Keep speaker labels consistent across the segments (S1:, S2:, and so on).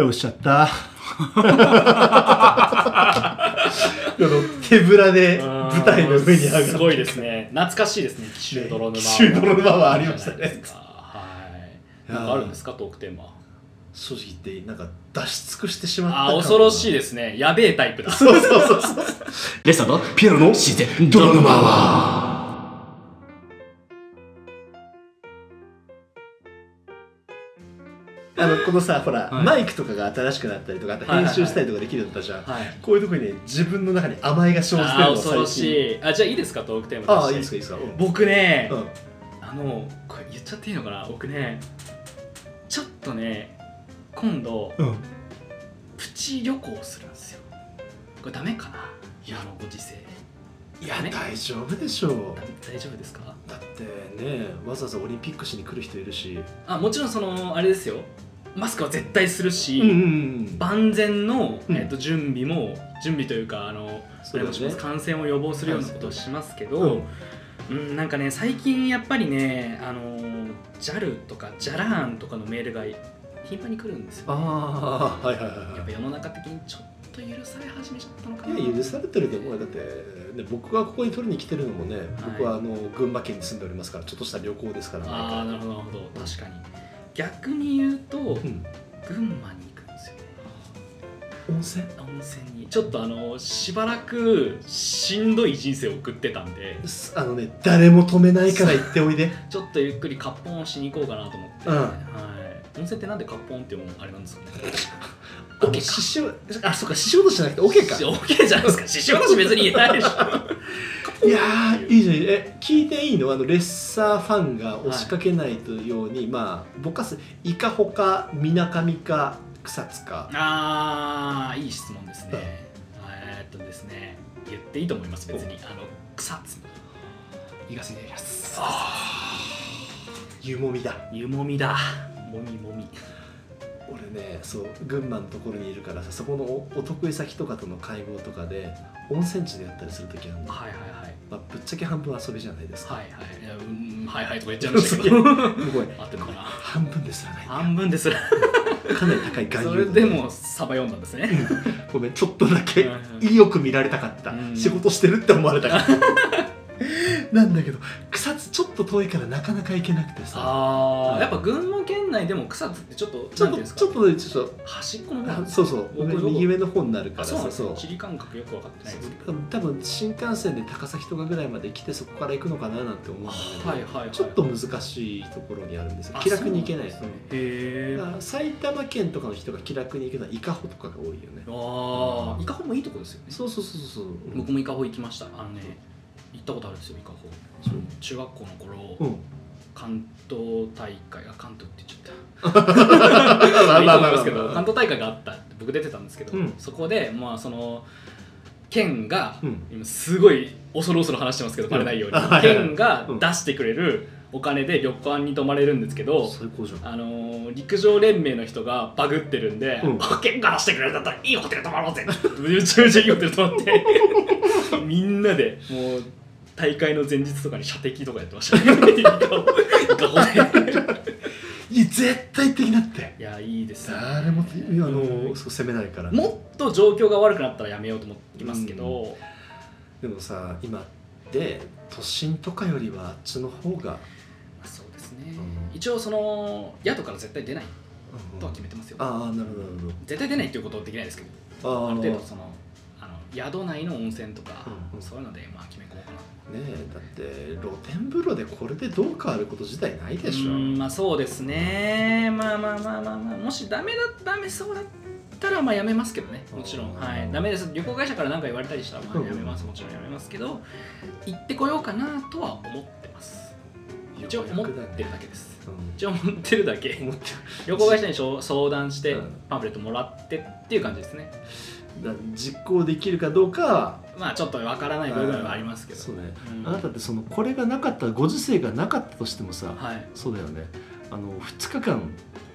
S1: 押しちゃった この手ぶらで 舞台の上に上がる
S2: すごいですね懐かしいですね奇襲泥沼は
S1: 奇襲泥沼はありましたね
S2: じゃないですかはいなんかあるんですかトークテーマ
S1: 正直言ってなんか出し尽くしてしまった
S2: あー恐ろしい
S1: い
S2: ですねやべえタイプだ
S1: そうそうそうそう
S3: レッサーとピエロの自然ドラマは
S1: あのこのさほら、
S2: はい
S1: マイクとかが新しくなったりとかあと
S2: はいはい
S1: 編
S2: はい
S1: 集したりとかできるんだったじゃん、
S2: はい
S1: こういうとこにね自分の中に甘えが生じてる
S2: あー
S1: の
S2: 恐ろし
S1: い
S2: いあじゃあいいですかトークテーマ
S1: ああいい
S2: 出
S1: で
S2: し
S1: すか
S2: て
S1: いいですかうん
S2: 僕ね、
S1: うん
S2: あのこれ言っちゃっていいのかな僕ねちょっとね今度
S1: うん
S2: プチ旅行をするんですよこれダメかな今のご時世
S1: いや
S2: ね
S1: 大丈夫でしょう
S2: ダメ大丈夫ですか
S1: だってねわざわざオリンピックしに来る人いるし
S2: あもちろんそのあれですよマスクは絶対するし、
S1: うんうんうん
S2: 万全の、
S1: うん
S2: えっと準備も準備というかあの
S1: そうだ
S2: あれも
S1: ね
S2: します感染を予防するようなことをしますけど、
S1: うん
S2: うん、なんかね最近やっぱりねあの JAL とか JALAN とかのメールが頻繁に来るんですよ
S1: ああはいはいはい
S2: やっ
S1: は
S2: ぱ世の中的にちょっと許され始めちゃったのかない
S1: いや許されてると思うよだって、ね、僕がここに取りに来てるのもね、僕はあの群馬県に住んでおりますからちょっとした旅行ですから
S2: ああ
S1: ね
S2: なるほどなるほど確かに逆に言うと群
S1: うん
S2: 馬に行くんですよね
S1: 温泉
S2: 温泉にちょっとあのしばらくしんどい人生を送ってたんです
S1: あのね誰も止めないから行っておいで
S2: ちょっとゆっくりカッポンをしに行こうかなと思って、
S1: うん
S2: はい、温泉ってなんでカッポンっていうのもあれなんですかね
S1: あのししおあそうかししおどしじゃなくてオケか
S2: オッケーじゃないですか獅子落とし別に言えないでしょ
S1: いやーいいじゃんいいえ聞いていいのあのレッサーファンが押しかけないというように、まあぼかすいかほかみなかみか草津か
S2: ああいい質問ですね、えーっとですね言っていいと思います別にあの草津に行かせていただきます
S1: 湯もみだ
S2: 湯もみだもみもみ
S1: 俺ねそう群馬のところにいるからさそこのおお得意先とかとの会合とかで温泉地でやったりする時あるの、
S2: はいはいはい
S1: まあ、ぶっちゃけ半分遊びじゃないですか、
S2: はいはいいやうんはいはいとか言っちゃいましたけど
S1: ごめん
S2: 合ってるのかな
S1: 半分ですらない
S2: 半分ですら
S1: かなり高い
S2: そ
S1: 概
S2: れ
S1: 要
S2: でもサバ読んだんですね
S1: ごめんちょっとだけ
S2: うんうん
S1: 意欲見られたかった、
S2: うん
S1: 仕事してるって思われたかった なんだけど草津ちょっと遠いからなかなか行けなくてさ
S2: あ
S1: う
S2: あ
S1: ん
S2: やっぱ群馬県内でも草津ってちょっと
S1: ちょっ
S2: な
S1: と
S2: んていうんですか
S1: ちょっとねちょっと
S2: 端っこの
S1: あ
S2: 方
S1: そうそう
S2: 僕
S1: 上
S2: どこ
S1: 右上の方になるか
S2: あ
S1: ら
S2: そうな
S1: さ
S2: んです
S1: そ
S2: ね
S1: う
S2: 地理感覚よく分かってないですけど
S1: 多分新幹線で高崎とかぐらいまで来てそこから行くのかななんて思うんだけど、
S2: はいはいはい
S1: ちょっと難しいところにあるんですよ
S2: あ
S1: 気楽に行けない
S2: そうなんですねへえ
S1: だから埼玉県とかの人が気楽に行けるのは伊香保とかが多いよね
S2: ああ伊香保もいいとこですよね
S1: そうそうそうそうそう
S2: 僕も伊香保行きましたあのね行ったことあるんですよ伊香保
S1: そう
S2: 中学校の
S1: う
S2: 頃
S1: ん
S2: 関東大会が関東って言っちゃった
S1: ま
S2: いいと思いますけど関
S1: あ
S2: 東大会があったって僕出てたんですけど、
S1: うん
S2: そこでまあその県が、
S1: うん
S2: 今すごい恐る恐る話してますけどバレないように、
S1: うんあ
S2: 県が
S1: うん
S2: 出してくれるお金で旅館に泊まれるんですけど、
S1: 最高じゃん
S2: あのー陸上連盟の人がバグってるんで、
S1: うん
S2: 県が出してくれるんだったらいいホテル泊まろうぜめちゃめちゃいいホテル泊まって みんなでもう大会の前日とかに射的とかやってました ねいい顔いい顔で
S1: いや絶対的なって
S2: いやいいですね
S1: 誰もいやあ
S2: う
S1: の
S2: ん
S1: そう攻めないから
S2: もっと状況が悪くなったらやめようと思ってますけど、
S1: でもさ今で都心とかよりはあっちの方が
S2: まあそうですね、
S1: うん
S2: 一応その宿から絶対出ないとは決めてますよ、
S1: ああなるほどなる
S2: 絶対出ないということはできないですけど
S1: ほど
S2: あ
S1: あ
S2: る
S1: ー
S2: 程度そのあの宿内の温泉とか、
S1: うんうん
S2: そういうのでまあ決めこうかな
S1: ねえだって露天風呂でこれでどう変わること自体ないでしょ
S2: うんまあそうですねまあまあまあまあ、まあ、もしダメだダメそうだったらまあやめますけどねもちろん、
S1: あ
S2: は
S1: ー
S2: い、ダメです旅行会社から何か言われたりしたらまあ
S1: うん
S2: やめますもちろんやめますけど行ってこようかなとは思ってます一応思ってるだけです
S1: うん
S2: 一応思ってるだ け
S1: 思って
S2: 旅行会社にしょ相談して
S1: うん
S2: パンフレットもらってっていう感じですね
S1: だ実行できるかどうかは
S2: まあちょっとわからない部分はありますけど
S1: そうね
S2: うん
S1: あなたってそのこれがなかったらご時世がなかったとしてもさ
S2: はい
S1: そうだよねあの2日間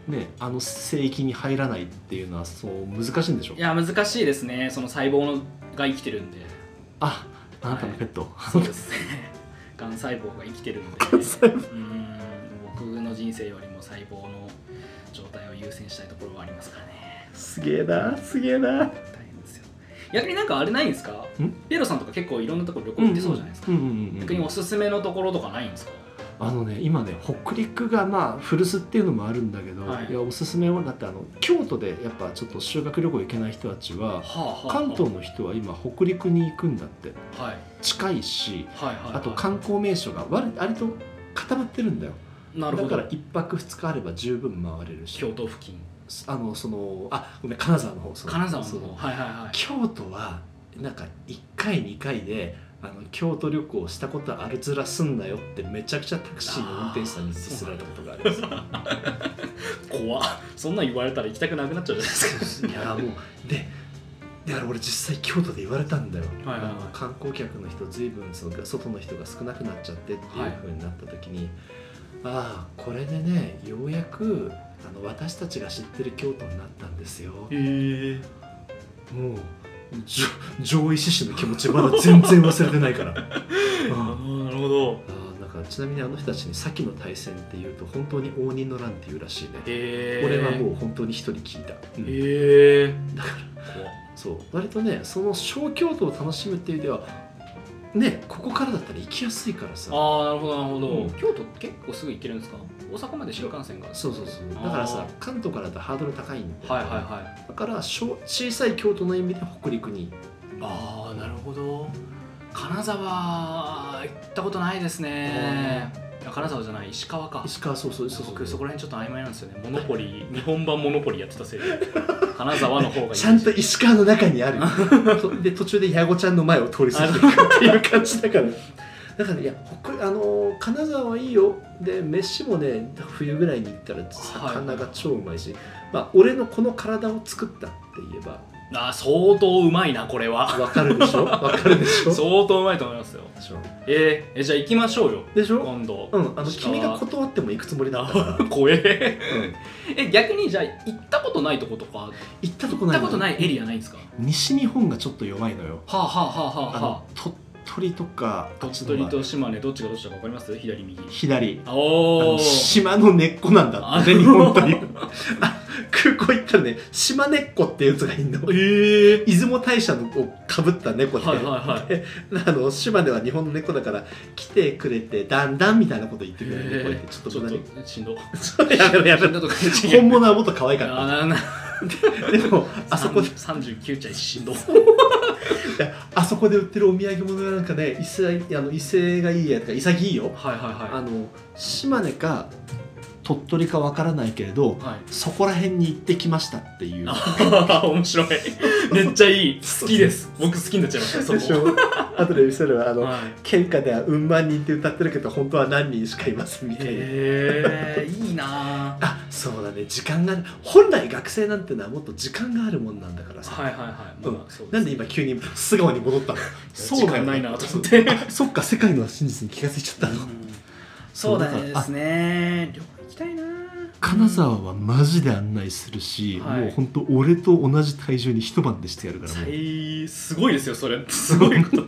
S1: ねあの聖域に入らないっていうのはそう難しいんでしょ
S2: いや難しいですねその細胞のが生きてるんで
S1: ああなたのペッ ト、
S2: そうですねがん細胞が生きてる のでうん僕の人生よりも細胞の状態を優先したいところはありますからね
S1: すげえなすげえな
S2: 大変ですよ逆になんかあれないんですか
S1: ん
S2: ピエロさんとか結構いろんなところ旅行行ってそうじゃないですか、
S1: うんうんうんうん
S2: 逆におすすめのところとかないんですか
S1: あのね今ね北陸がまあ古巣っていうのもあるんだけど、
S2: はい
S1: い、やおすすめはだってあの京都でやっぱちょっと修学旅行行けない人たちは
S2: はあはあはあ
S1: 関東の人は今北陸に行くんだって
S2: はい
S1: 近いし
S2: はいはいはい
S1: あと観光名所が割割と固まってるんだよ
S2: なる
S1: だ
S2: ほ
S1: か
S2: ど
S1: ら1泊2日あれば十分回れるし
S2: 京都付近
S1: あのそのあごめん金沢の方その
S2: 金沢の
S1: そ
S2: 方はいはいはい
S1: 京都はなんか1回2回であの京都旅行したことあるずらすんなよってめちゃくちゃタクシーの運転手さんにディスられたことがあります
S2: 怖っそんなん言われたら行きたくなくなっちゃうじゃないですか
S1: いやもうでであれ俺実際京都で言われたんだよ、
S2: はいはいはい
S1: あの観光客の人随分その外の人が少なくなっちゃってっていうふうになった時に、ああこれでねようやくあの私たちが知ってる京都になったんですよもう
S2: へえ
S1: じょ上位志士の気持ちまだ全然忘れて ないからうん
S2: なるほど
S1: あーなんかちなみにあの人たちに先の大戦っていうと本当に応仁の乱っていうらしいね、
S2: へえ
S1: 俺はも
S2: う
S1: う本当に一人聞いた、うん
S2: へえ
S1: だからそう割とねその小京都を楽しむっていう意味ではねここからだったら行きやすいからさ
S2: ああなるほどなるほど、
S1: うん
S2: 京都結構すぐ行けるんですか大阪まで新幹線が
S1: そうそうそうだからさ
S2: あ
S1: 関東からだとハードル高いんで、
S2: はいはいはい
S1: だから小小さい京都の意味で北陸に
S2: ああなるほど金沢行ったことないですねいや金沢じゃない石川か
S1: 石川そうそうそうそう
S2: 僕そこら辺ちょっと曖昧なんですよねモノポリー日本版モノポリーやってた せいで金沢の方がいい
S1: ちゃんと石川の中にある とで途中で矢後ちゃんの前を通り過ぎていくっていう感じだからだからいや北あのー金沢はいいよで飯もね冬ぐらいに行ったら魚が超うまいし、まあ、俺のこの体を作ったって言えば
S2: あー相当うまいなこれは
S1: わかるでしょわかるでしょ
S2: 相当うまいと思いますよ
S1: でしょ
S2: えー、えじゃあ行きましょうよ
S1: でしょ
S2: 今度
S1: うんあの
S2: 石川
S1: 君が断っても行くつもりだったから、
S2: あ怖え
S1: うん
S2: え逆にじゃあ行ったことないとことか
S1: 行ったとこ
S2: 行っ
S1: ない
S2: たことないエリアないんですかは
S1: 西日本がちょっと弱いのよ
S2: あはあはあは
S1: あ
S2: あは
S1: の鳥取とか
S2: あ鳥取と島根どっちがどっちだか分かります左右
S1: 左
S2: あ
S1: あ
S2: お
S1: の
S2: ー
S1: 島の根っこなんだってね
S2: あ
S1: 日本とにあ空港行ったらね島根っこってやつがいんの
S2: ええ
S1: 出雲大社のをかぶった猫で、
S2: はいはいはい
S1: であの島根は日本の猫だから来てくれてだんだんみたいなこと言ってくれる猫で
S2: えー
S1: ちょっと
S2: ちょっ
S1: 何
S2: としんど
S1: やめろやめ
S2: しん
S1: ろ
S2: どとか
S1: 本物はもっと可愛かった
S2: あーな
S1: で もあそこで
S2: 39ちゃいしんど
S1: あそこで売ってるお土産物なんかね伊勢あの伊勢がいいやとか潔いよ、
S2: はいはい
S1: あ
S2: は
S1: の島根か鳥取かわからないけれど
S2: いはい
S1: そこら辺に行ってきましたっていう
S2: ああ面白い めっちゃいい好きです僕好きになっちゃいまし た
S1: でし
S2: そこ
S1: ょあとで見せるわあの、
S2: はい
S1: 県下では「うん万人」って歌ってるけど本当は何人しかいますみたいな、
S2: へえいいなぁ
S1: あそうだね時間が本来学生なんてのはもっと時間があるもんなんだからさ、
S2: はいはいはい、
S1: うん
S2: まあそう
S1: なんで今急に素顔に戻ったの
S2: そうだよね
S1: 時間あそっか世界の真実に気が付いちゃったの、
S2: そうだ
S1: そう
S2: ね
S1: だ
S2: で
S1: から
S2: すね旅行行きたいなぁ
S1: 金沢はマジで案内するし、
S2: はい
S1: もう本当俺と同じ体重に一晩でしてやるからもう
S2: 最すごいですよそれすごいこと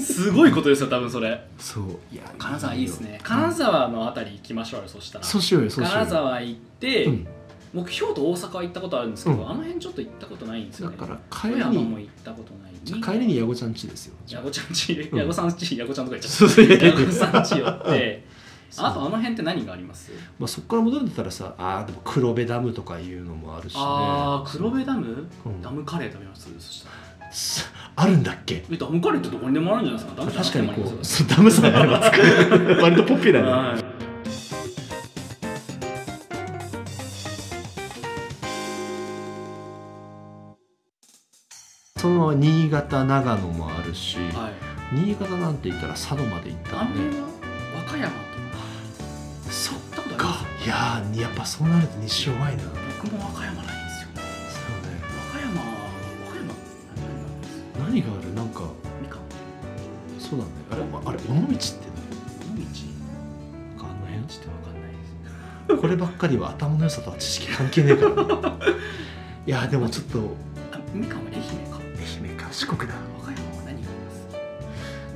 S2: すごいことですよ多分それ
S1: そういや
S2: 金沢いいですね
S1: うん
S2: 金沢のあたり行きましょうよそしたら
S1: そうしようよそうしようよ
S2: 金沢行って、
S1: うん、
S2: 僕兵庫と大阪は行ったことあるんですけど、
S1: うん
S2: あの辺ちょっと行ったことないんですよ
S1: だ
S2: ね
S1: から帰
S2: 富
S1: り
S2: 山も
S1: に
S2: 行ったことない
S1: じゃあ帰りに矢後ちゃん家ですよ
S2: ヤゴちゃんち
S1: うん
S2: ヤゴさんちヤゴちゃんとか言っち
S1: そ
S2: ゃ
S1: うそういや
S2: っ
S1: い
S2: た
S1: やい
S2: ヤ
S1: や
S2: ゴさんち寄って
S1: そう
S2: あとあの辺って何があります
S1: まあ、そこから戻るんだったらさあーでも黒部ダムとかいうのもあるしね
S2: ああ黒部ダム
S1: うん
S2: ダムカレー食べますそしたら
S1: すあるんだっけ
S2: えダムカレーってどこにでもあるんじゃないですかダムカレー
S1: 確かにこ
S2: もあり
S1: う
S2: ます
S1: そうダムさえあれば作る 割とポピュラーな、
S2: はい
S1: そのまま新潟長野もあるし、
S2: はい
S1: 新潟なんて言ったら佐渡まで行った
S2: あ
S1: ら
S2: の辺
S1: ね
S2: は和歌山と
S1: そっ
S2: 行ったことありま
S1: かいやーやっぱそうなると西弱いなそうね
S2: す僕も和歌山ないんですよ和歌山和歌山何があり
S1: 何
S2: ます
S1: があるなんか
S2: みかん
S1: そうだねあれあれ尾道ってね
S2: 尾道
S1: なんかあ
S2: あ
S1: の
S2: の辺ちょっとわかんないです
S1: 辺こればっかりは頭の良さとは知識関係ねえからね、 いやーでもちょっと
S2: あみかんは愛媛か
S1: 愛媛か四国だ
S2: 和歌山は何があります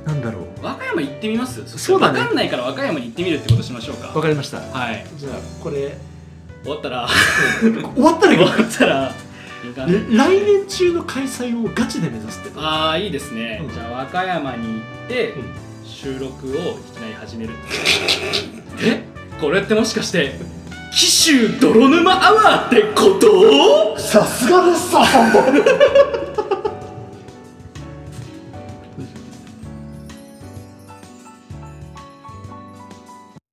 S1: なんだろう
S2: 和歌山行ってみます
S1: そうだね
S2: わかんないから和歌山に行ってみるってことしましょうか
S1: わかりました
S2: はい
S1: じゃあこれ
S2: 終わった ら
S1: 終わったらいい
S2: 終
S1: け
S2: わったらいいかな
S1: ど来年中の開催をガチで目指すってあ
S2: ああいいですね、
S1: うん
S2: じゃあ和歌山に行って、
S1: うん
S2: 収録をいきなり始める
S1: え
S2: これってもしかして紀州泥沼アワーってこと
S1: さすがですさ